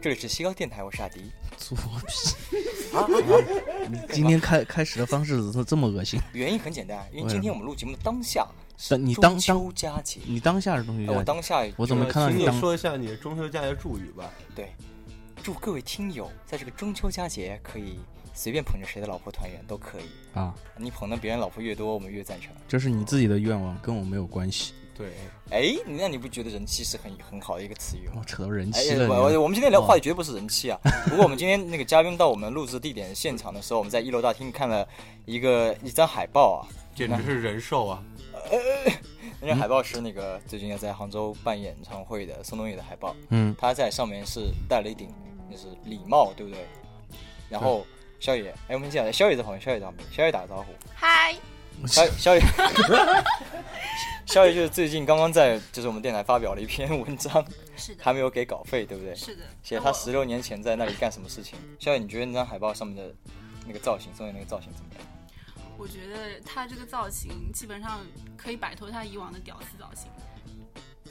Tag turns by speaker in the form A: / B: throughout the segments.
A: 这里是西高电台，我是阿迪。
B: 作弊！你今天开开始的方式怎么这么恶心？
A: 原因很简单，因为今天我们录节目的当下是
B: 但你当
A: 中秋佳节，
B: 你当下是东西
A: 哎，我当下
B: 我怎么
A: 就是
B: 看到
C: 请
B: 你
C: 你
B: 当
C: 说一下你中秋假的祝语吧。
A: 对，祝各位听友在这个中秋佳节可以随便捧着谁的老婆团圆都可以，
B: 啊？
A: 你捧的别人老婆越多，我们越赞成。
B: 这是你自己的愿望，跟我没有关系。
C: 对，
A: 哎，你那你不觉得人气是很很好的一个词语吗？
B: 我扯到人
A: 哎
B: 气，了，
A: 我我
B: 你啊
A: 我们今天聊话题绝对不是人气啊！ 不过我们今天那个嘉宾到我们录制地点现场的时候，我们在一楼大厅看了一个一张海报啊，
C: 简直是人寿啊！
A: 那张海报是那个最近要在杭州办演唱会的宋冬野的海报，
B: 嗯，
A: 他在上面是戴了一顶就是礼帽，对不对？然后肖野，哎，我们讲肖野在旁边，肖野在旁边，肖野打个招呼，
D: 嗨，
A: 肖肖野， 肖野就是最近刚刚在就是我们电台发表了一篇文章，
D: 是的，
A: 还没有给稿费，对不对？
D: 是的，
A: 写他十六年前在那里干什么事情。肖野，你觉得那张海报上面的那个造型，宋野那个造型怎么样？
D: 我觉得他这个造型基本上可以摆脱他以往的屌丝造型，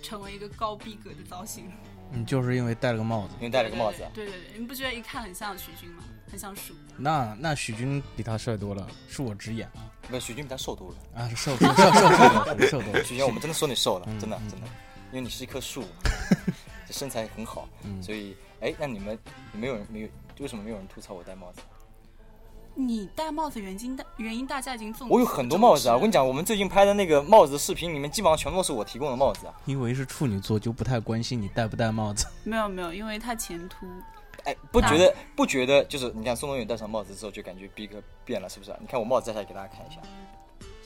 D: 成为一个高逼格的造型。
B: 你就是因为戴了个帽子。
A: 因为戴了个帽子啊。
D: 对对对，你不觉得一看很像许军吗？很像鼠。
B: 那那许军比他帅多了，恕我直言啊
A: 不，许军比他瘦多了。
B: 啊，瘦瘦瘦瘦瘦瘦瘦多了。
A: 许军，我们真的说你瘦了，
B: 嗯
A: 真的
B: 嗯
A: 真的，因为你是一棵 树，这身材很好，
B: 嗯
A: 所以哎，那你们你没有人没有为什么没有人吐槽我戴帽子？
D: 你戴帽子原因大原因大家已经纵
A: 我有很多帽子啊！我跟你
D: 你
A: 讲，我们最近拍的那个帽子视频里面，基本上全部都是我提供的帽子啊。
B: 因为是处女座，就不太关心你戴不戴帽子。
D: 没有没有，因为他前途
A: 哎，不觉得、不觉得就是你看宋冬野戴上帽子之后，就感觉逼格变了，是不是啊？你看我帽子摘下来给大家看一下，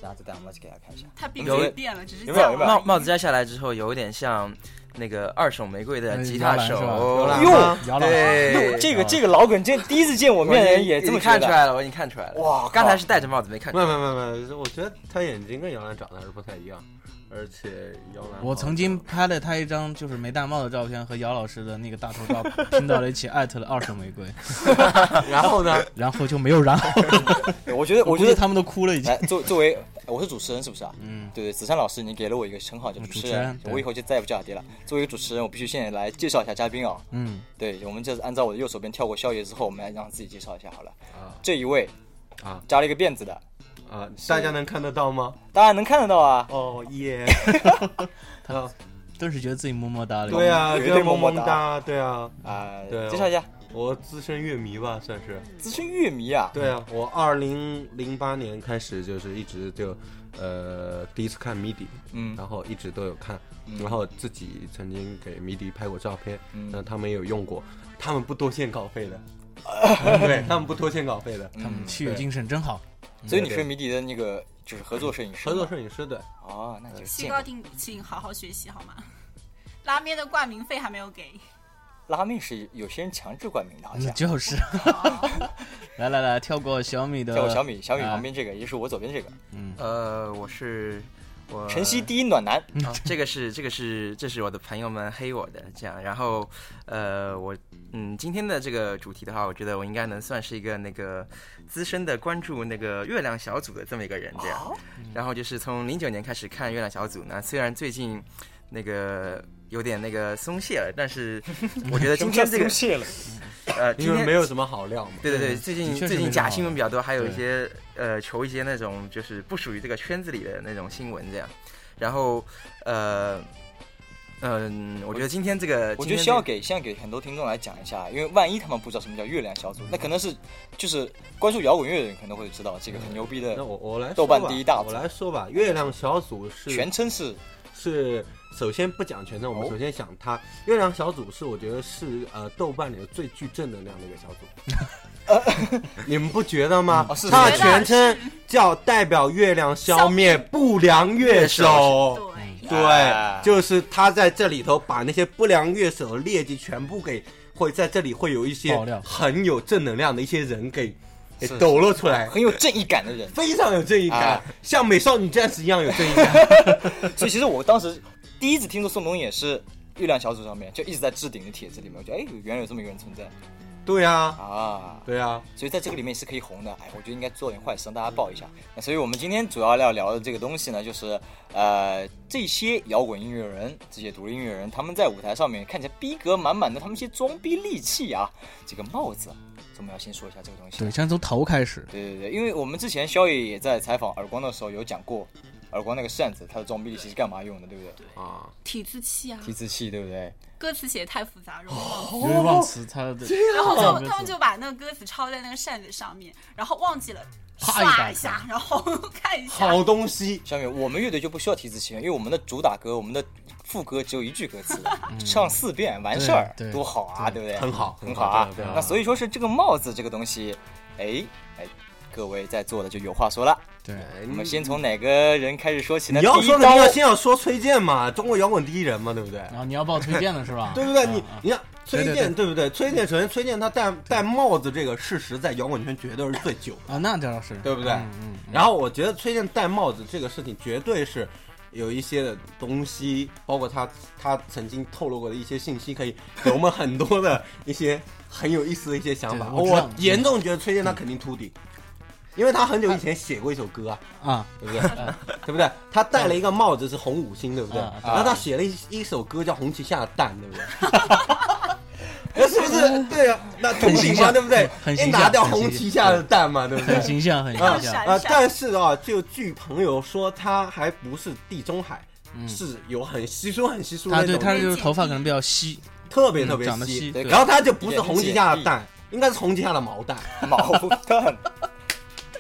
A: 然后再戴上帽子给大家看一下。
D: 他逼
A: 有
D: 格变了，只是
A: 有没有
D: 嫁
A: 有没有
D: 了
E: 帽帽子摘下来之后，有点像那个二手玫瑰的吉他手
B: 哎摇篮是吧
E: 哦
A: 篮哟
B: 摇篮
E: 对
A: 哟，，这个这个老梗，这第一次见我
E: 我
A: 面的人
E: 已
A: 也
E: 已
A: 这么
E: 看出
A: 觉得。
E: 来了，我已经看出来了。
A: 哇靠
E: 刚才是戴着帽子没看出
B: 哎
C: 没
E: 来。
C: 有没有没有没有，我觉得他眼睛跟杨澜长得还是不太一样，而且杨澜
B: 我曾经拍了他一张就是没戴帽的照片，和姚老师的那个大头照拼到了一起，艾特了二手玫瑰，
C: 然后呢，
B: 然后就没有然后。
A: 我觉得我觉
B: 估计
A: 得
B: 他们都哭 了已经
A: 哎。，作作为我是主持人，是不是啊？
B: 嗯，
A: 对对，子珊老师，你给了我一个称号，叫主持人
C: 嗯
B: 主持。人
A: 我以后就再也不叫阿迪了。作为一个主持人，我必须现在来介绍一下嘉宾啊、
B: 嗯，
A: 对，我们这次按照我的右手边跳过宵夜之后，我们来让自己介绍一下好了。
C: 啊
A: 这一位
C: 啊
A: 扎了一个辫子的，
C: 啊，大家能看得到吗？
A: 大家能看得到啊。
C: 哦 耶！啊
B: 顿时觉得自己么么哒了。
C: 对啊，
A: 绝
C: 觉
A: 对
C: 得萌萌
A: 萌萌
C: 哒，对啊，
A: 啊、
C: 对哦
A: 介绍一下，
C: 我资深乐迷吧，算是。
A: 资深乐迷啊。
C: 对啊，我二零零八年开始就是一直就，呃，第一次看谜底，
A: 嗯
C: 然后一直都有看，
A: 嗯
C: 然后自己曾经给迷笛拍过照片，
A: 嗯
C: 那他们也有用过，他们不多限稿 费的，对他们不多限稿费的，
A: 嗯
B: 他们去有精神真好。
A: 所以你
C: 对
A: 是迷笛的那个就是合作摄影师吗。
C: 合作摄影师对，
A: 哦，那就是
D: 西
A: 见
D: 高
A: 过。
D: 定，请好好学习好吗？拉面的冠名费还没有给，
A: 拉面是有些人强制冠名的，好
B: 嗯
A: 像。
B: 就是。来来来，跳过小米
C: 嗯
B: 的，
A: 叫我小米，小米
B: 啊
A: 旁边这个，也就是我左边这个，
B: 嗯，
E: 呃，我是我
A: 晨曦第一暖男。
C: 嗯
E: 啊，这个是这个是这是我的朋友们黑我的这样，然后呃我嗯今天的这个主题的话，我觉得我应该能算是一个那个资深的关注那个月亮小组的这么一个人这样，嗯然后就是从零九年开始看月亮小组呢，虽然最近那个有点那个松懈了，但是我觉得 今天这个
A: 谢了。
E: 呃今
C: 因为
E: 天
C: 没有什么好料嘛，
E: 对对对，
B: 嗯
E: 最
B: 的
E: 近
B: 确是
E: 最
B: 没
E: 近
B: 那
E: 假
B: 么
E: 新闻比较多，还有一
B: 对
E: 些呃求一些那种就是不属于这个圈子里的那种新闻这样。然后呃嗯、我觉得今天这个，
A: 我觉
E: 今
A: 得
E: 天
A: 需
E: 这
A: 要
E: 个
A: 给先给很多听众来讲一下，因为万一他们不知道什么叫月亮小组，那可能是就是关注摇滚乐的人可能会知道这个很牛逼的
C: 那，我我来
A: 豆
C: 说
A: 瓣
C: 吧
A: 第一大组
C: 我来说吧，月亮小组是
A: 全称是
C: 是首先不讲全称，我
A: 哦
C: 们首先想它。月亮小组是我觉得是呃豆瓣里的最具正能量的一个小组， 你们不觉得吗
A: 哦是？
C: 它
A: 是
C: 的全称叫代表月亮消灭不良乐手。
D: 对，
C: 对，就是他在这里头把那些不良乐手的劣迹全部给会在这里会有一些
B: 爆料
C: 很有正能量的一些人给给
A: 是
C: 抖落出来，
A: 很有正义感的人。
C: 非常有正义感
A: 啊，
C: 像美少女战士一样有正义 感。
A: 所以其实我当时第一次听说宋冬野是月亮小组上面，就一直在置顶的帖子里面，我觉得哎，原来有这么一个人存在。
C: 对啊，
A: 啊。
C: 对啊，
A: 所以在这个里面是可以红的，哎，我觉得应该做点坏事让大家爆一下。那所以我们今天主要要聊的这个东西呢，就是呃，这些摇滚音乐人、这些独立音乐人，他们在舞台上面看起来逼格满满的，他们一些装逼利器啊，这个帽子，我们要先说一下这个东西。
B: 对，先从头开始，
A: 对对对，因为我们之前肖爷也在采访耳光的时候有讲过，耳光那个扇子，它的装逼利器是干嘛用的，对不对？
C: 啊，
D: 提字器啊，
A: 提字器，对不对？
D: 歌词写的太复杂，容易忘记。
B: 因为忘词他的
D: 然后
B: 哦
D: 就他们就把那个歌词抄在那个扇子上面，然后忘记了
B: 啪一下
D: 刷一下，然后 看一下。
C: 好东西，
A: 下面我们乐队就不需要提字器了，因为我们的主打歌、我们的副歌只有一句歌 词，
C: 嗯
A: 唱四遍完事儿
B: 对，对
A: 多好啊，对不对？
C: 很好，
A: 很好啊
C: 对啊。
A: 那所以说是这个帽子这个东西，哎哎，各位在座的就有话说了。
B: 对，
C: 对啊
A: 我们先从哪个人开始说起呢？
C: 你要
A: 第一
C: 说的，
A: 刀
C: 你要先要说崔健嘛，中国摇滚第一人嘛，对不对？
B: 然后你要报推荐了是吧？
C: 对不对？
B: 嗯
C: 你
B: 嗯
C: 你看崔
B: 啊对对
C: 健，对不对？崔健首先，崔健他戴戴帽子这个事实，在摇滚圈绝对是最久的，
B: 啊，那倒是
C: 对不对
B: 嗯嗯嗯，
C: 然后我觉得崔健戴帽子这个事情，绝对是有一些的东西，包括他他曾经透露过的一些信息，可以给我们很多的一些很有意思的一些想法。
B: 对我知道
C: 我严重觉得崔健他肯定秃顶，因为他很久以前写过一首歌啊，
B: 啊，
C: 对不对？ 对不对？他戴了一个帽子是红五星，对不对？
B: 嗯
C: 然后他写了一一首歌叫《红旗下的蛋》，对不对？ 那是不是对啊？那秃顶嘛，对不对？
B: 很
C: 一
B: 形象
C: 拿掉
B: 很形
C: 红旗下的蛋嘛，对不对
B: 很？形象，很
C: 啊
B: 形象，
C: 啊！但是啊，就据朋友说，他还不是地中海，是有很稀疏、很稀疏
B: 嗯他
C: 那
B: 对
C: 种，
B: 他就是头发可能比较稀，
C: 特别特
B: 嗯
C: 别
B: 长得稀
C: 稀。
A: 对
C: 然后他就不是红旗下的蛋，应该是红旗下的毛蛋，
A: 毛 蛋、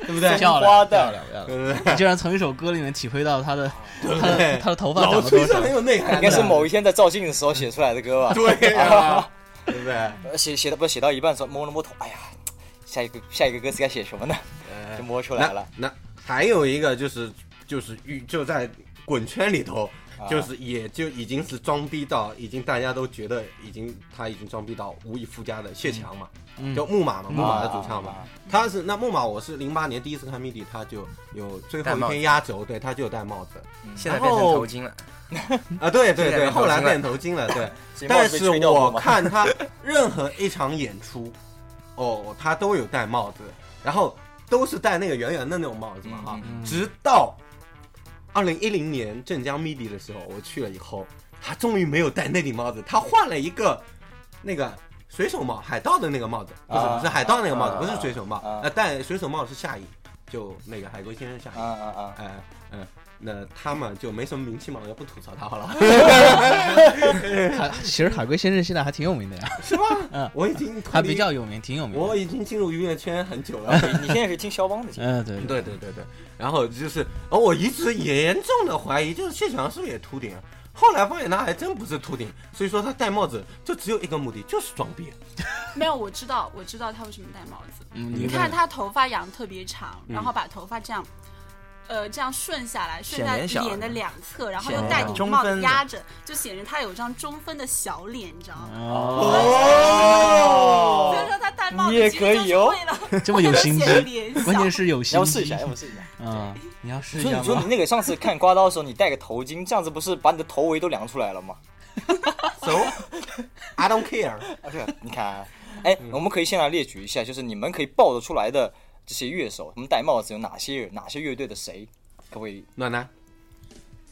C: 对不对？
B: 漂亮
A: 花蛋，
C: 对不对？
B: 你竟然从一首歌里面体会到他的
C: 对不
B: 他的
C: 对？
B: 他的头发长
C: 老
B: 了多
C: 崔是
B: 少？
C: 很有内涵的，
A: 应该是某一天在照镜的时候写出来的歌吧？
C: 对呀，对不对？
A: 呃写写的不是写到一半的时候摸了摸头，哎呀，下一个下一个歌词该写什么呢？
C: 哎
A: 就摸出来了。
C: 那。那还有一个就是就是遇就在滚圈里头，就是也就已经是装逼到已经大家都觉得已经他已经装逼到无以复加的谢强嘛，
B: 嗯
C: 就木马嘛，木马的主唱嘛。
A: 啊
C: 他是那木马，我是零八年第一次看 MIDI，他就有最后
E: 戴
C: 一
E: 帽子
C: 天压轴，对他就有戴帽子
E: 现在变成头巾了，
C: 啊，对对
E: 现在
C: 对，
E: 变
C: 后来
E: 头巾了
C: 变头巾了，对。
A: 所以帽
C: 但
A: 子被
C: 是
A: 吹掉过
C: 我
A: 吗
C: 看 他任何一场演出，哦，他都有戴帽子，然后都是戴那个圆圆的那种帽子
A: 嗯
C: 嘛哈。直到二零一零年镇江 MIDI 的时候，我去了以后，他终于没有戴那顶帽子，他换了一个那个。水手帽，海盗的那个帽子，不是
A: 啊
C: 不是海盗那个帽子，
A: 啊
C: 不是水手帽
A: 啊，
C: 呃，戴水手帽是夏颖，就那个海龟先生夏
A: 啊
C: 颖，
A: 啊啊！
C: 哎嗯，那他嘛就没什么名气嘛，我就不吐槽他好 了。
B: 海其实海龟先生现在还挺有名的呀，
C: 是吧？
B: 嗯
C: 我已经脱
B: 还
C: 离
B: 比较有名，挺有名的。
C: 我已经进入娱乐圈很久了。
A: 啊你你现在是听肖邦的节目？
B: 嗯，对，
C: 对对对对，然后就是，哦，我一直严重的怀疑，就是谢强是不是也秃顶啊？后来发现他还真不是秃顶，所以说他戴帽子就只有一个目的，就是装逼。
D: 没有，我知道，我知道他为什么戴帽子。
B: 嗯
D: 你
B: 你
D: 看
B: 看
D: 他头发养得特别长，然后把头发这样，呃，这样顺下来，顺在
E: 脸小
D: 脸的两侧，然后
E: 显
D: 又
E: 脸
D: 戴
E: 小
D: 顶帽
E: 中分
D: 子
E: 的
D: 压着，就显得他有张中分的小脸，你知道吗？
B: 哦，
A: 哦
D: 所以说他戴帽
A: 你也
D: 子其
A: 可
D: 实
A: 以
D: 就是
A: 哦
D: 为了
B: 这么有 心机
D: 为了显脸小，
B: 关键是有心机。
A: 要不试一下，要不试一下。
B: 嗯，你要试一
A: 所以
B: 下
A: 你说你
B: 吗？
A: 那个上次看刮刀的时候，你戴个头巾，这样子不是把你的头围都量出来了 吗？
C: So I don't care。
A: 啊，对，你看，哎，
B: 嗯
A: 我们可以现在列举一下，就是你们可以报得出来的这些乐手，他们戴帽子有哪些人？哪些乐队的谁？可不可以？
C: 暖男，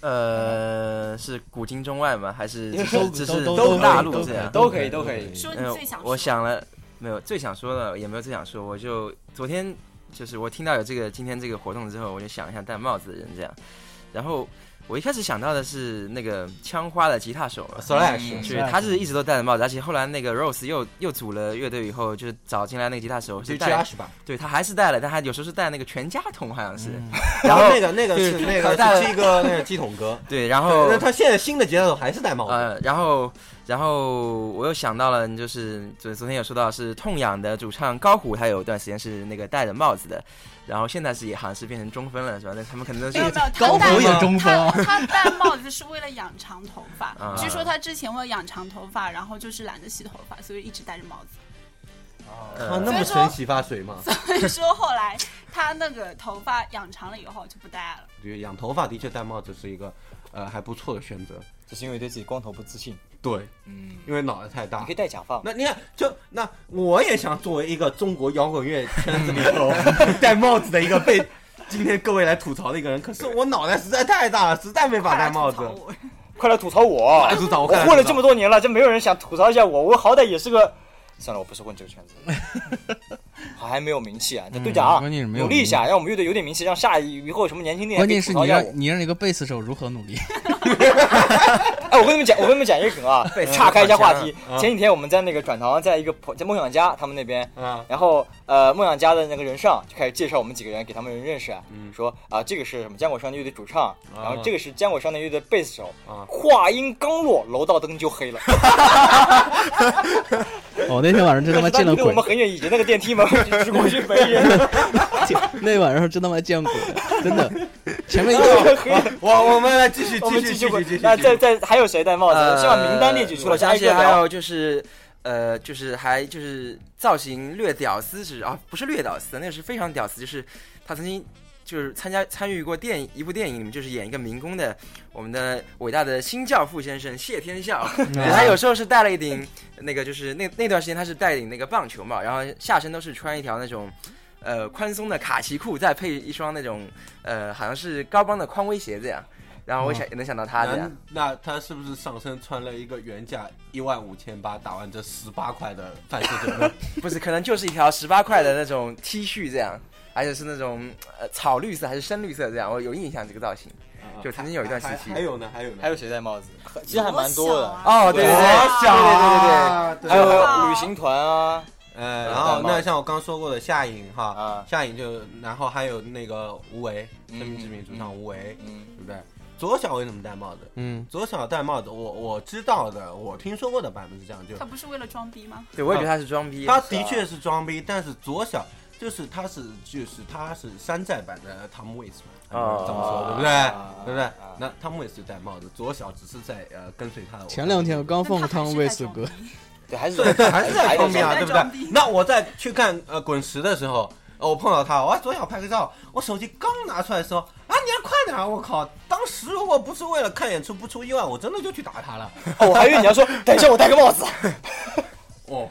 E: 呃，是古今中外吗？还是只
B: 都
E: 是只
B: 都
E: 是
B: 都
E: 大
B: 都
E: 陆这样？
A: 都可以，都可以。
D: 说你
E: 呃
D: 最想，说
E: 我想了，没有最想说的，也没有最想说，我就昨天就是我听到有这个今天这个活动之后，我就想一下戴帽子的人这样，然后我一开始想到的是那个枪花的吉他手嘛。
C: Slash
E: 就是他是一直都戴着帽子，而且后来那个 Rose 又又组了乐队以后，就是找进来那个吉他手
C: 就是
E: 戴，
C: Josh 吧，
E: 对他还是戴了，但他有时候是戴那个全家桶，好像是，
C: 然后那个那个
E: 对
C: 是那个
E: 戴了
C: 是鸡哥那个鸡桶 哥，
E: 对，然后
C: 那他现在新的节奏还是戴帽子，啊
E: 呃，然后，然后我又想到了，就是昨昨天有说到是痛痒的主唱高虎，他有一段时间是那个戴着帽子的，然后现在是也好像是变成中分了，是吧？那他们可能都是
D: 没有没有，
B: 高
D: 他戴
B: 头也中分
D: 他
B: 啊
D: 他戴帽子是为了养长头发
E: 啊，
D: 据说他之前为了养长头发，然后就是懒得洗头发，所以一直戴着帽子。
C: 他
E: 呃
C: 那么神洗发水 吗？
D: 所以说后来他那个头发养长了以后就不戴了。
C: 我觉得养头发的确戴帽子是一个呃还不错的选择。
A: 就是因为对自己光头不自信，
C: 对，
A: 嗯，
C: 因为脑袋太大
A: 你可以。戴假发嘛。
C: 那你看，就那我也想作为一个中国摇滚乐圈子里头戴帽子的一个被今天各位来吐槽的一个人，可是我脑袋实在太大了，实在没法
D: 快
C: 戴
D: 来
C: 帽
D: 吐
C: 子。
D: 槽我，
A: 快来吐槽我！啊
B: 哎
C: 吐槽
A: 我
C: 快来
A: 混了
C: 吐
A: 这
C: 槽
A: 么多年了，就没有人想吐槽一下我。我好歹也是个……算了，我不是混这个圈子， 我还没有名气啊。这队长啊，
B: 嗯关键是没有
A: 努力一下，让我们乐队有点名气，让下一以后有什么年轻的人
B: 关
A: 可以吐
B: 键是
A: 槽
B: 你
A: 一下
B: 让
A: 我。
B: 你让一个贝斯手如何努力？
A: 哎，我跟你们讲，我跟你们讲一个梗 啊，岔开一下话题。
B: 嗯
A: 前几天我们在那个转堂，在一个朋在梦想家他们那边，
C: 啊，
A: 然后呃，梦想家的那个人上就开始介绍我们几个人给他们人认识啊，
C: 嗯
A: 说啊，这个是什么浆果商店乐队主唱，
B: 啊
A: 然后这个是浆果商店乐队的贝斯手，
C: 啊
A: 话音刚落，楼道灯就黑了。
B: 我哦那天晚上真他妈见
A: 当时
B: 了
A: 离我
B: 鬼
A: 们，很远，以前那个电梯门直过去没人，
B: 那晚上真他妈见鬼，真的。前面一个
A: 黑了。
C: 我我们来继续
A: 我
C: 继
A: 们
C: 续
A: 继
C: 继
A: 续
C: 续
A: 回
C: 继续，
A: 那
C: 继续
A: 再再还有谁戴帽子？先把名单列举出来，
E: 呃我相
A: 挨
E: 信
A: 个
E: 还
A: 聊。
E: 有就是，呃，就是还就是造型略屌丝是啊，不是略屌丝，那个是非常屌丝，就是他曾经就是参加参与过电影一部电影里面，就是演一个民工的，我们的伟大的新教父先生谢天笑，他有时候是戴了一顶那个就是那那段时间他是戴一顶那个棒球帽，然后下身都是穿一条那种。呃，宽松的卡其裤，再配一双那种呃，好像是高帮的匡威鞋子呀。然后我想、也能想到他这样
C: 那，那他是不是上身穿了一个原价一万五千八打完折十八块的范式折呢？
E: 不是，可能就是一条十八块的那种 T 恤这样，而且是那种呃草绿色还是深绿色这样，我有印象这个造型。就曾经有一段时期
C: 还还有呢，还有呢，
A: 啊还有谁戴帽子？其 实还蛮多
D: 我
A: 的，
D: 想啊
E: 哦，对对对，
C: 我想啊
A: 还
C: 对
A: 有旅行团啊
C: 呃，然后
A: 戴帽
C: 那像我刚说过的夏颖哈，
A: 啊，
C: 夏颖就然后还有那个吴为，生
A: 嗯
C: 命之名主唱吴为，
A: 嗯
C: 对不对？左小为什么戴帽子？
B: 嗯，
C: 左小戴帽子，我我知道的，我听说过的版本是这样，就
D: 他不是为了装逼吗？
E: 对我也觉得他是装逼。
C: 他
A: 啊
C: 的确是装逼，但是左小就是他是就是他是山寨版的汤姆·威斯嘛，
E: 哦
C: 这么说对不
A: 啊
C: 对？对不对
A: 啊？
C: 那汤姆·威斯就戴帽子，左小只是在呃跟随他的偶像。
B: 前两天我刚放
D: 但
B: 了
D: 他
B: 汤姆
D: 还
B: 威
D: 是
B: 斯
D: 在
B: 歌，
D: 装逼
A: 对，还是
C: 对， 还是在装逼啊，
D: 还
C: 对
D: 是在
C: 不
D: 装逼
C: 对？那我在去看呃滚石的时候，呃我碰到他，我左脚拍个照，我手机刚拿出来的时候，啊，你要快点啊！我靠，当时如果不是为了看演出不出意外，我真的就去打他了。
A: 哦，我还以为你要说，等一下我戴个帽子，
C: 哦，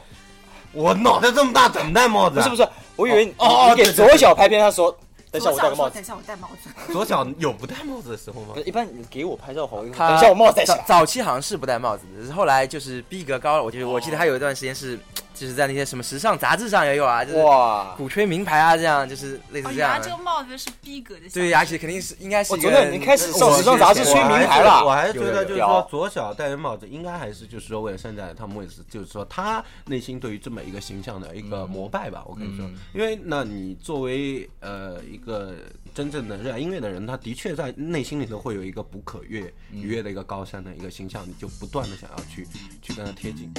C: 我脑袋这么大，怎么戴帽子
A: 不
C: 啊？
A: 是不是，我以为你
C: 哦哦
A: 你给
C: 对对对
A: 左小拍片的时候，等一下我
D: 左
A: 戴
D: 小
A: 个
D: 说
A: 帽子
D: 等一，下我戴帽子，
C: 左脚有不戴帽子的时候吗
A: 不？是一般你给我拍照好，我等
E: 他
A: 一下我帽子戴起
E: 早
A: 来。
E: 早期好像是不戴帽子的，后来就是逼格高了，我就我记得他有一段时间是就是在那些什么时尚杂志上也有啊，就是
A: 哇！
E: 鼓吹名牌啊，这样就是类
D: 哦，
E: 似这
D: 原
E: 样
D: 来。这个帽子是逼格的象征。
E: 对，而且肯定是应该是
A: 我
E: 一
A: 昨
E: 个。
A: 天已经开始上时尚杂志啊吹
C: 我还
A: 名
C: 是
A: 牌了
C: 我还是觉
E: 有
C: 得
E: 有
C: 就是
A: 有
C: 说，左小戴着帽子，应该还是就是说为了山寨汤姆·威斯，就是说他内心对于这么一个形象的一个膜拜吧。我跟你说
A: 嗯，
C: 因为那你作为呃一个真正的热爱音乐的人，他的确在内心里头会有一个不可越逾越的一个高山的一个形象，你就不断的想要去去跟他贴近。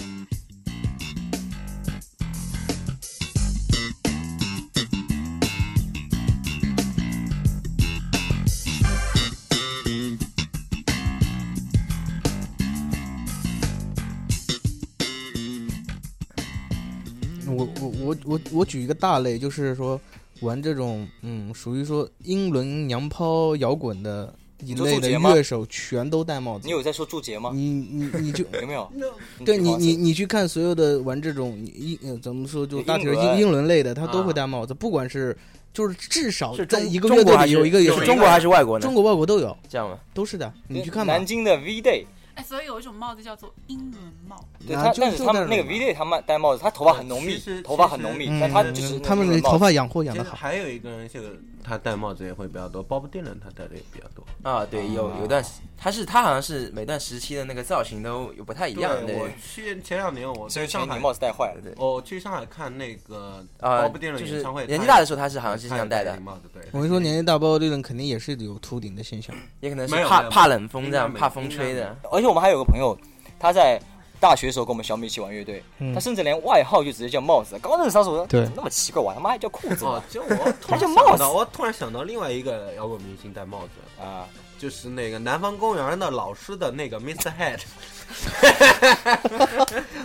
B: 嗯我我我我我举一个大类，就是说玩这种嗯，属于说英伦娘炮摇滚的一
A: 说
B: 类
A: 注
B: 的
A: 解吗
B: 乐手，全都戴帽子。
A: 你有在说注解吗？
B: 你你 你就
A: 有没有？
B: 对你你
A: 你
B: 你去看所有的玩这种英呃怎么说就
A: 英
B: 大体是
A: 伦
B: 英英伦类的，他都
C: 啊
B: 会戴帽子，不管是就是至少
E: 是
B: 在
E: 中
B: 一个
E: 中
B: 乐
E: 国
B: 队
E: 还
B: 里
E: 是
B: 有一个有
E: 是
B: 一
E: 中
B: 个
E: 国还是外国呢
B: 中？国外国都有，
E: 这样吗？
B: 都是的，你去看吧
A: 南。京的 V Day，
D: 哎，所以有一种帽子叫做英伦帽，
A: 对
B: 啊
A: 他，
B: 就
A: 但是
B: 就
A: 他们那
B: 那
A: 个
B: 种
A: V Day 他们戴帽子，他头发很浓
C: 其
A: 密
C: 实，
A: 头发很浓密
C: 其，
A: 但他就是
B: 嗯他们的头发养货养
C: 其
B: 得
C: 实
B: 好。
C: 还有一个人，这个他戴帽子也会比较多，鲍勃迪伦他戴的也比较多。
E: 啊，对，有有段时，他是他好像是每段时期的那个造型都有不太一样的。
C: 我去前两年我
A: 所
C: 在
A: 以
C: 上
A: 前
C: 海
A: 你帽子戴坏了。
E: 对
C: 哦我去上海看那个
E: 啊
C: 鲍，勃迪伦
E: 就是
C: 演唱会，
E: 年纪
C: 他
E: 大
C: 也
E: 的时候他是好像是这样戴的
C: 顶，帽子，对。
B: 我跟你说，年纪大包的利润肯定也是有秃顶的现象。
E: 也可能是
C: 没有没
E: 怕
C: 有
E: 怕冷风这
C: 应
E: 样，
C: 该没
E: 怕风吹的。
A: 而且我们还有个朋友，他在大学的时候跟我们小米一起玩乐队，
B: 嗯
A: 他甚至连外号就直接叫帽子。刚认识他的时候，我说
B: 对
A: 怎么那么奇怪，我他妈还叫裤子
C: 哦
A: 吗，？
C: 就我突
A: 他
C: 然
A: 就帽
C: 想
A: 子
C: 到，我突然想到另外一个摇滚明星戴帽子，
A: 啊，
C: 就是那个南方公园的老师的那个 Mr. Head，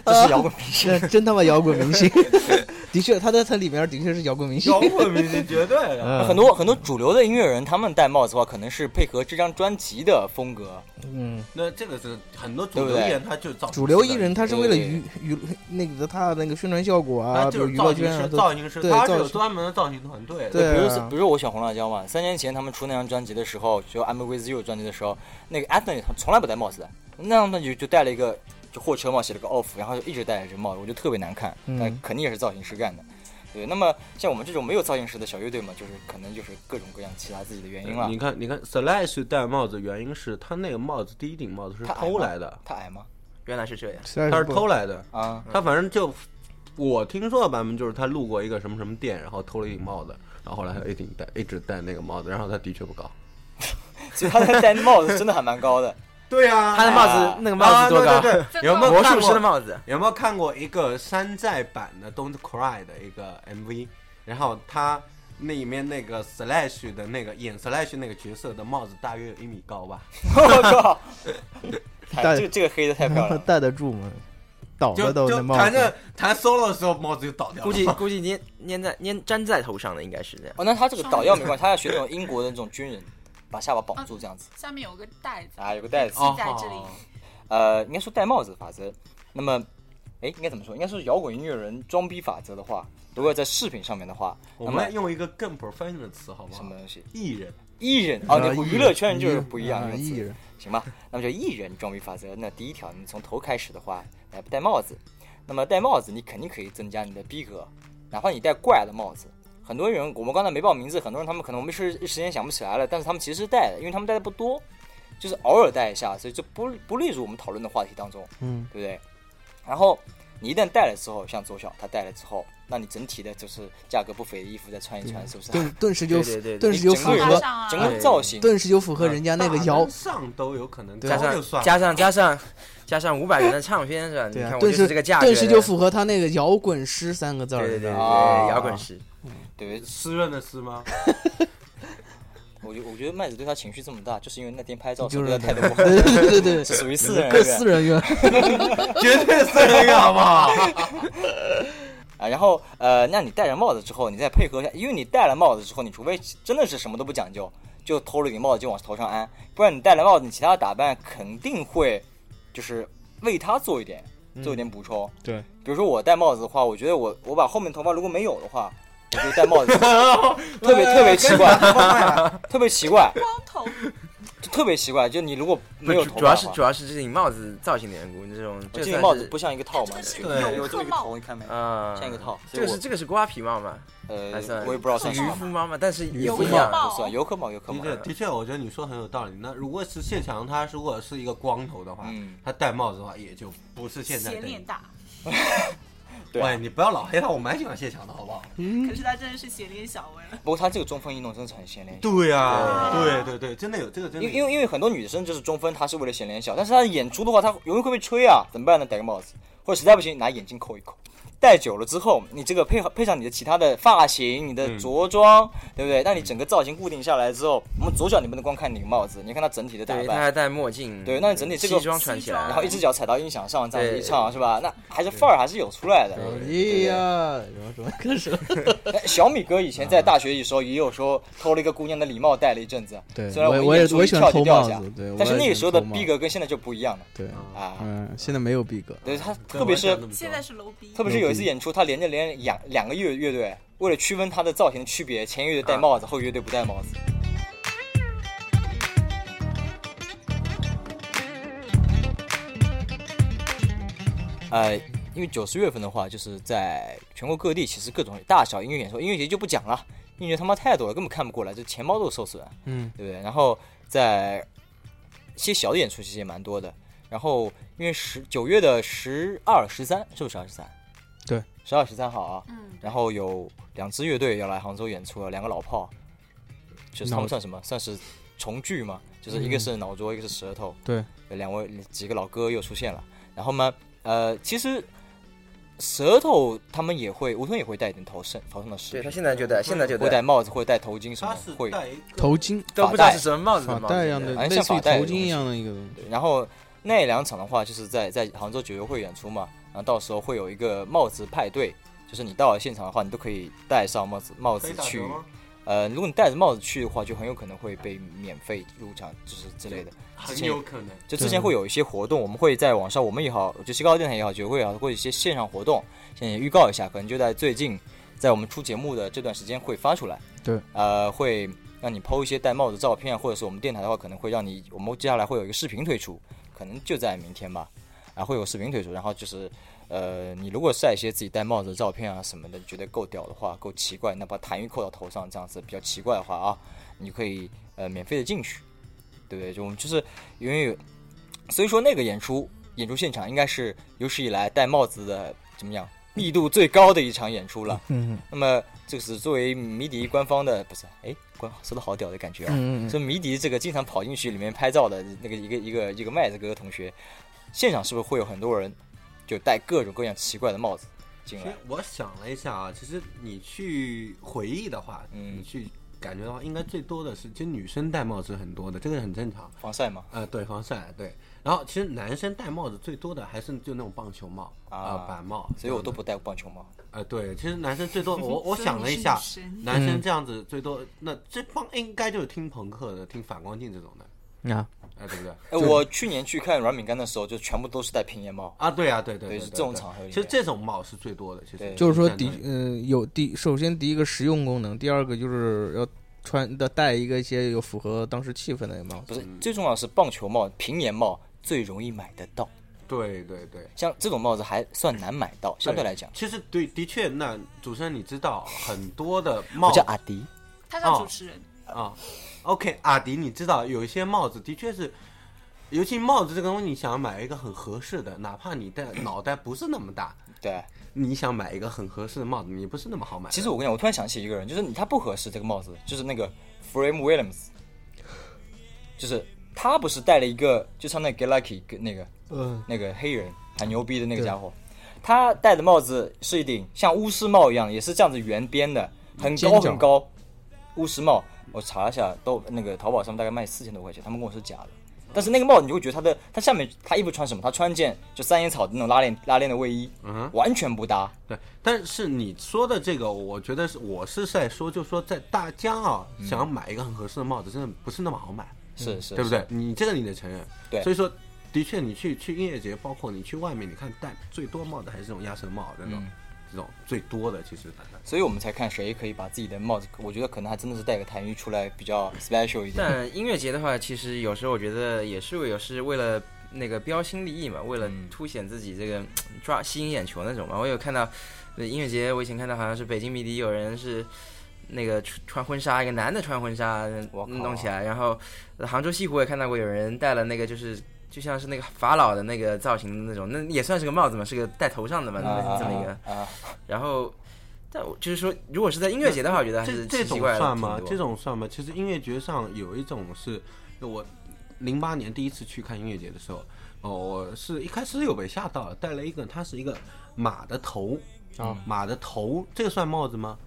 A: 这是摇滚明星。
B: 这真他妈摇滚明星， 的确，他在他里面的确是摇滚明星
C: 摇。滚明星绝对的。
B: 嗯
A: 很多很多主流的音乐人，他们戴帽子的话，可能是配合这张专辑的风格。
B: 嗯，
C: 那这个是很多
A: 对
C: 主
A: 不
C: 流
A: 对
C: 艺人，他就造
B: 主流艺人他是为了
A: 对
B: 娱娱那个他那个宣传效果啊，
C: 他
B: 比
C: 就
B: 如
C: 是
B: 娱
C: 造
B: 乐
C: 型
B: 圈啊
C: 师，
B: 都，
C: 造型师，
B: 对
C: 他是
B: 造
C: 有
B: 型
C: 专门的造型团队的。
B: 对
A: 比如
B: 啊
A: 比如我喜欢红辣椒嘛，三年前他们出那张专辑的时候，就《I'm With You》专辑的时候，那个 Anthony 他从来不戴帽子的，那张专辑就戴了一个就货车帽，写了个 off，然后就一直戴着这个帽子，我就特别难看。
B: 嗯
A: 但肯定也是造型师干的。对，那么像我们这种没有造型师的小乐队嘛，就是可能就是各种各样其他自己的原因啊了
B: 嗯
C: 你。看，你看，Slash 戴帽子原因是他那个帽子第一顶帽子是
A: 他矮
C: 偷
A: 吗
C: 来的，
A: 他矮吗？
E: 原来是这样。
B: 实在
C: 他是
B: 不
C: 偷来的。
A: 啊，
C: 他反正就我听说的版本就是他路过一个什么什么店，然后偷了一顶帽子，然后后来他一顶戴一直戴那个帽子，然后他的确不高。
A: 所以他戴帽子真的还蛮高的。
C: 对啊
E: 他的帽子，那个帽子多高？
C: 对对对， 有没有
E: 魔
C: 看
E: 术师
C: 过
E: 的？帽子，
C: 有没有看过一个山寨版的《Don't Cry》的一个 MV？然后他那里面那个 Slash 的那个演 Slash 那个角色的帽子大约有一米高吧，
A: 我靠！哎
B: 戴
A: 这个这个黑的太 漂亮了。
B: 戴得住吗？倒
C: 就
B: 了都那
C: 就
B: 帽
C: 弹
B: 子
C: 着弹 solo 的时候帽子就倒掉了。
E: 估计估计粘粘在粘粘在头上的应该是这样。
A: 哦，那他这个倒药没关系，他要学那种英国的那种军人，把下巴绑住这样子
D: 下面有个袋子，
A: 啊，有个带子，
C: 哦
D: 在这里
A: 呃，应该说戴帽子法则。那么，哎，应该怎么说？应该说是摇滚音乐人装逼法则的话，如果在饰品上面的话，
C: 我
A: 那
C: 们
A: 么
C: 用一个更 professional 的词好不
A: 什
C: 好
A: 么？东西？
C: 艺人，
A: 艺人哦，
B: 啊
A: 对，
B: 艺
A: 娱乐
B: 人
A: 圈就是
B: 艺
A: 不一样
B: 啊
A: 那个
B: 艺
A: 词
B: 人
A: 行吧，那么就艺人装逼法则。那第一条，你从头开始的话，来戴帽子。那么戴帽子，你肯定可以增加你的逼格，哪怕你戴怪的帽子。很多人，我们刚才没报名字，很多人他们可能我们是一时间想不起来了，但是他们其实是戴的，因为他们戴的不多，就是偶尔戴一下，所以就不不列入我们讨论的话题当中，
B: 嗯，
A: 对不对？然后你一旦戴了之后，像左小他戴了之后，那你整体的就是价格不菲的衣服再穿一穿，是不是？
B: 顿顿时就
E: 对对对，
B: 顿
A: 你
B: 时就
A: 整
B: 符
A: 个人
D: 搭
B: 合，
D: 上啊，
A: 整个造型，
B: 顿时就符合人家那个
C: 大
B: 摇
C: 跟，上都有可能，
B: 对
A: 啊
E: 加
C: 高就
E: 上
C: 算
E: 加上加上加上五百元的唱片是吧？你
B: 对啊，
E: 看我
B: 顿
E: 就是
B: 时
E: 这个价格的，
B: 顿时就符合他那个摇滚师三个字
E: 对
B: 儿，
E: 对对对，
A: 啊
E: 对摇滚师。
A: 对不对？
C: 湿润的湿 吗？
A: 我觉我觉得麦子对他情绪这么大，就是因为那天拍照
B: 就是
A: 实在太 多，
B: 对对对
A: 是
B: 对对，
A: 属于私人
B: 各
A: 恩
B: 私
A: 怨
B: 人院，
C: 绝对是那个好 不好？
A: 啊。然后呃，那你戴上帽子之后，你再配合一下，因为你戴了帽子之后，你除非真的是什么都不讲究，就偷了顶帽子就往头上安，不然你戴了帽子，你其他的打扮肯定会就是为他做一点做一点补充。
B: 对，
A: 比如说我戴帽子的话，我觉得我我把后面头发如果没有的话，我就戴帽子，特别特别奇怪，特别奇怪，
D: 光头
A: 就特别奇怪。就你如果
E: 不
A: 没有
E: 主
A: 头
E: 主
A: 发
E: 要
A: 的
E: 是
A: 话
E: 主。要是这顶帽子造型的缘故，这种
C: 啊
A: 我
E: 这
A: 这
E: 个
A: 顶
E: 算
A: 帽子
E: 是
A: 不像一个套吗？
D: 它这
A: 就
D: 个
C: 是
A: 有这么一个
D: 克帽
A: 头，你看没？
E: 啊，
A: 像一个套，
E: 这个是这个是瓜皮帽嘛，
A: 呃
E: 还算，
A: 我也不知道算
E: 渔
A: 什么，
E: 夫帽嘛，但是
B: 渔
E: 也
D: 夫
E: 不一
D: 帽
E: 样。
A: 不算游客帽，游客
C: 的
A: 帽。
C: 确，的确，我觉得你说很有道理。那如果是谢强，他如果是一个光头的话，
A: 嗯
C: 他戴帽子的话，也就不是现在
D: 斜
C: 的你
D: 脸。大，
A: 对啊
C: 喂，你不要老黑他，我蛮喜欢谢强的，好不好？
B: 嗯
D: 可，是他真的是斜脸小薇。
A: 不过他这个中分运动真的很显脸小，
C: 对呀、对
D: 对
C: 对对，真的有这个真的
A: 啊因为
C: 有。
A: 因为因为很多女生就是中分，她是为了显脸小，但是她的演出的话，她容易会被吹啊，怎么办呢？戴个帽子，或者实在不行拿眼镜扣一扣。戴久了之后，你这个配合配上你的其他的发型、你的
C: 嗯
A: 着装，对不对？让你整个造型固定下来之后，我们左脚你不能光看顶帽子，你看他整体的打
E: 对，他
A: 扮，
E: 还戴墨镜。
A: 对那你整体这个
E: 西装穿起来，
D: 西装
A: 然后一只脚踩到音响上，这样子
E: 对
A: 一唱是吧？那还是范儿还是有出来的。
B: 哎
A: 对
B: 呀，然后什么歌 手？
A: 哎小米哥以前
B: 啊
A: 在大学的时候，也有时候偷了一个姑娘的礼帽戴了一阵子。
B: 对
A: 虽然
B: 我也
A: 们
B: 我也
A: 演出
B: 我也
A: 一
B: 喜欢
A: 跳就
B: 偷
A: 掉
B: 帽
A: 下
B: 子对我
A: 但是
B: 也
A: 那个
B: 喜
A: 时候的
B: 欢偷帽
A: 逼
B: 子
A: 格跟现在就不一样了
B: 对，
A: 啊。
B: 嗯，现在没有逼格，
A: 对他，
C: 对
A: 特别是
D: 现在是楼逼，
A: 特别是有一次演出，他连着连两两个乐乐队，为了区分他的造型的区别，前乐队戴帽子，后乐队不戴帽子。呃，因为九十月份的话，就是在全国各地，其实各种大小音乐演出，音乐节就不讲了，音乐他妈太多了，根本看不过来，这钱包都受损。
B: 嗯，
A: 对不对？然后在一些小的演出其实也蛮多的。然后因为十九月的十二、十三，是不是十二、十三？
B: 对，
A: 十二、十三号啊。
D: 嗯，
A: 然后有两支乐队要来杭州演出了，两个老炮，就是他
B: 脑
A: 们算什么？算是重聚嘛？就是一个
B: 嗯
A: 是脑浊，一个是舌头。
B: 对，
A: 两位几个老哥又出现了。然后呢，呃，其实舌头他们也会，吴吞也会带一点头饰，头上的饰
E: 对他
A: 品，
E: 现在就戴，现在就
A: 会戴帽子，会戴头巾什么
C: 他是，
A: 会。
C: 戴一个
B: 头巾，
E: 都不知道是什么帽子
B: 发
E: 的帽
B: 带一样
E: 子
B: 的，
A: 哎
B: 类
A: 像
B: 似于
A: 发
B: 头
A: 带的东
B: 巾一
A: 西
B: 样的一个东西，
A: 然后那两场的话，就是在在杭州九月会演出嘛，然后到时候会有一个帽子派对，就就是你到了现场的话，你都可以戴上帽子帽
C: 可以
A: 子
C: 打
A: 去
C: 折，吗？
A: 呃，如果你戴着帽子去的话，就很有可能会被免费入场，就是之类的。
C: 很有可能。
A: 就之前会有一些活动，我们会在网上，我们也好，就西高电台也好，九会也好，会有一些线上活动，先也预告一下，可能就在最近，在我们出节目的这段时间会发出来。
B: 对，
A: 呃，会让你抛一些戴帽子照片，或者是我们电台的话，可能会让你，我们接下来会有一个视频推出，可能就在明天吧，啊，会有视频推出，然后就是。呃，你如果晒一些自己戴帽子的照片啊什么的，觉得够屌的话，够奇怪，那把痰盂扣到头上这样子比较奇怪的话啊，你可以呃免费的进去，对不对？就我们就是因为有所以说那个演出演出现场应该是有史以来戴帽子的怎么样密度最高的一场演出了。
B: 嗯
A: 那么这是作为迷笛官方的，不是哎官说的好屌的感觉啊！
B: 嗯嗯
A: 这迷笛这个经常跑进去里面拍照的那个一个一个一个麦子哥同学，现场是不是会有很多人就戴各种各样奇怪的帽子进
C: 其
A: 来
C: 实？我想了一下啊，其实你去回忆的话，
A: 嗯
C: 你去感觉的话，应该最多的是，其实女生戴帽子很多的，这个很正常。
A: 防晒吗？
C: 呃，对，防晒，对。然后其实男生戴帽子最多的还是就那种棒球帽
A: 啊
C: 呃板帽，
A: 所以我都不戴棒球帽。
C: 呃对，其实男生最 多，我我
D: 所以
C: 想
D: 你
C: 了一
D: 是
C: 下
D: 女，神
C: 男
A: 嗯
C: 生这样子最多，那这帮应该就是听朋克的，听反光镜这种的，
B: 嗯啊，
C: 哎、对不对？
A: 哎，我去年去看软饼干的时候，就全部都是戴平檐帽。
C: 啊，对啊，对对
A: 对
C: 对
A: 是
C: 对，
A: 这种
C: 对
A: 场合里
C: 其实
A: 面
C: 这种帽是最多的，其
A: 对
C: 实
B: 就是说第
C: 第
B: 呃有第首先第一个实用功能，第二个就是要穿的戴一个一些有符合当时气氛的帽
A: 不
B: 子。
A: 是，最重要的是棒球帽、平檐帽最容易买得到。
C: 对对对。
A: 像这种帽子还算难买到，相对来讲，
C: 其实对，的确，那主持人你知道很多的帽
A: 我
C: 子
A: 叫阿迪，
D: 他
A: 哦
D: 叫主持人，
C: 啊，OK，阿迪，你知道有一些帽子的确是，尤其帽子这个东西，你想要买一个很合适的，哪怕你的脑袋不是那么大，
A: 对。
C: 你想买一个很合适的帽子，你不是那么好买的。
A: 其实我跟你讲，我突然想起一个人，就是你他不合适这个帽子，就是那个 Frame Williams，就是他不是戴了一个，就像那 g a l a k i 跟那个
B: 嗯，
A: 那个黑人很牛逼的那个家伙，他戴的帽子是一顶像巫师帽一样，也是这样子圆边的，很
B: 尖
A: 高
B: 角
A: 很高，巫师帽。我查了一下，都那个淘宝上面大概卖四千多块钱，他们跟我说假的。但是那个帽子你就会觉得它的它下面它衣服穿什么？它穿一件就三叶草的那种拉链拉链的卫衣，
C: 嗯
A: 完全不搭。
C: 对，但是你说的这个，我觉得是我是在说，就说在大家啊，想要买一个很合适的帽子，真的不是那么好买，
A: 是嗯是，
C: 对不对？你这个你得承认。
A: 对
C: 所以说，的确，你去去音乐节，包括你去外面，你看戴最多帽子还是这种鸭舌帽啊那种，这种最多的其实。
A: 嗯所以我们才看谁可以把自己的帽子，我觉得可能还真的是戴个痰盂出来比较 special 一点。
E: 但音乐节的话，其实有时候我觉得也是有是为了那个标新立异嘛，为了
A: 嗯
E: 凸显自己这个抓吸引眼球那种嘛。我有看到呃音乐节，我以前看到好像是北京迷笛有人是。那个穿穿婚纱，一个男的穿婚纱
A: 我靠
E: 弄起来，然后呃杭州西湖也看到过有人戴了那个，就是就像是那个法老的那个造型的那种，那也算是个帽子嘛，是个戴头上的嘛，那
A: 啊
E: 这么一个。
A: 啊，
E: 然后，但我就是说，如果是在音乐节的话，我觉得还
C: 这
E: 是
C: 这
E: 奇
C: 种
E: 怪的
C: 算
E: 挺
C: 吗？
E: 多
C: 这种算吗？其实音乐节上有一种是，我零八年第一次去看音乐节的时候，哦，我是一开始有被吓到，戴了一个，它是一个马的头
B: 啊，
C: 马的头，这个算帽子吗？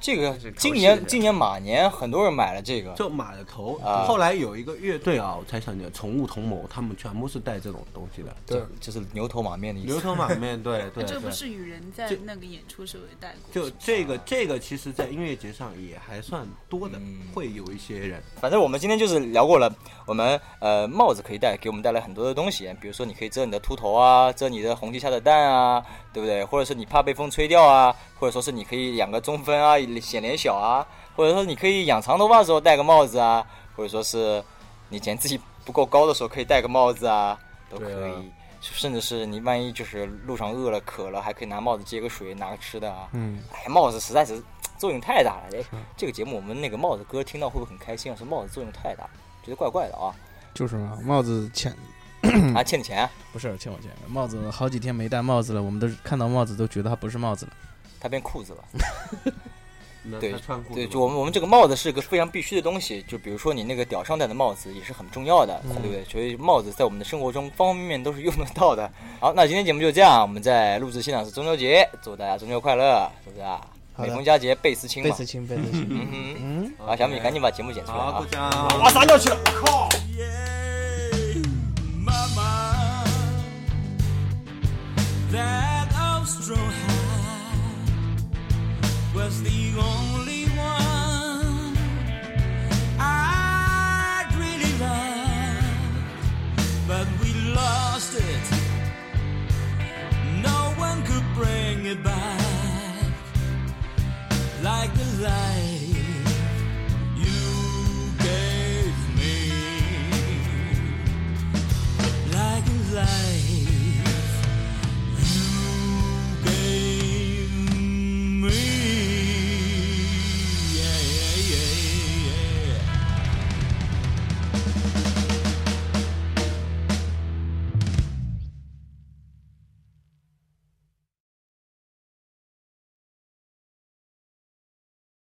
A: 这个
E: 是考
A: 今
E: 试
A: 年
E: 的
A: 今年马年很多人买了这个，
C: 就马的头。
A: 啊
C: 后来有一个乐队啊，我才想起来，宠物同谋，他们全部是戴这种东西的，
B: 对，
A: 就是牛头马面的意
C: 牛
A: 思。
C: 头马 面对
D: 那
C: 对
D: 这不
C: 对。
D: 是雨人在
C: 这
D: 那个演出时候也带过？
C: 就这个，这个其实，在音乐节上也还算多的
A: 嗯，
C: 会有一些人。
A: 反正我们今天就是聊过了，我们呃帽子可以戴，给我们带来很多的东西，比如说你可以遮你的秃头啊，遮你的红旗下的蛋啊，对不对？或者是你怕被风吹掉啊，或者说是你可以养个中分啊，显脸小啊，或者说你可以养长头发的时候戴个帽子啊，或者说是你嫌自己不够高的时候可以戴个帽子啊，都可
C: 对
A: 以。
C: 啊
A: 甚至是你万一就是路上饿了渴了，还可以拿帽子接个水，拿个吃的啊。
B: 嗯，
A: 哎，帽子实在是作用太大了。哎，这个节目我们那个帽子哥听到会不会很开心啊？说帽子作用太大，觉得怪怪的啊。
B: 就是嘛，帽子欠
A: 还欠你钱啊，
B: 不是欠我钱，帽子好几天没戴帽子了，我们都看到帽子都觉得它不是帽子了。
A: 他变裤子了。
C: 那
A: 对
C: 他穿裤子
A: 对，
C: 吗
A: 就我们我们这个帽子是个非常必须的东西，就比如说你那个屌上戴的帽子也是很重要的，对不对？所以帽子在我们的生活中方方面面都是用得到的。好，那今天节目就这样，我们在录制现场是中秋节，祝大家中秋快乐，是不是啊？
B: 好
A: 每
B: 的
A: 逢佳节倍思亲
B: 贝
A: 嘛
B: 斯。亲，贝斯亲。
A: 嗯
B: 嗯。
A: 哼，啊，小米赶紧把节目剪出来
C: 好，
A: 啊
C: 鼓！掌。
A: 马上要去了，我靠！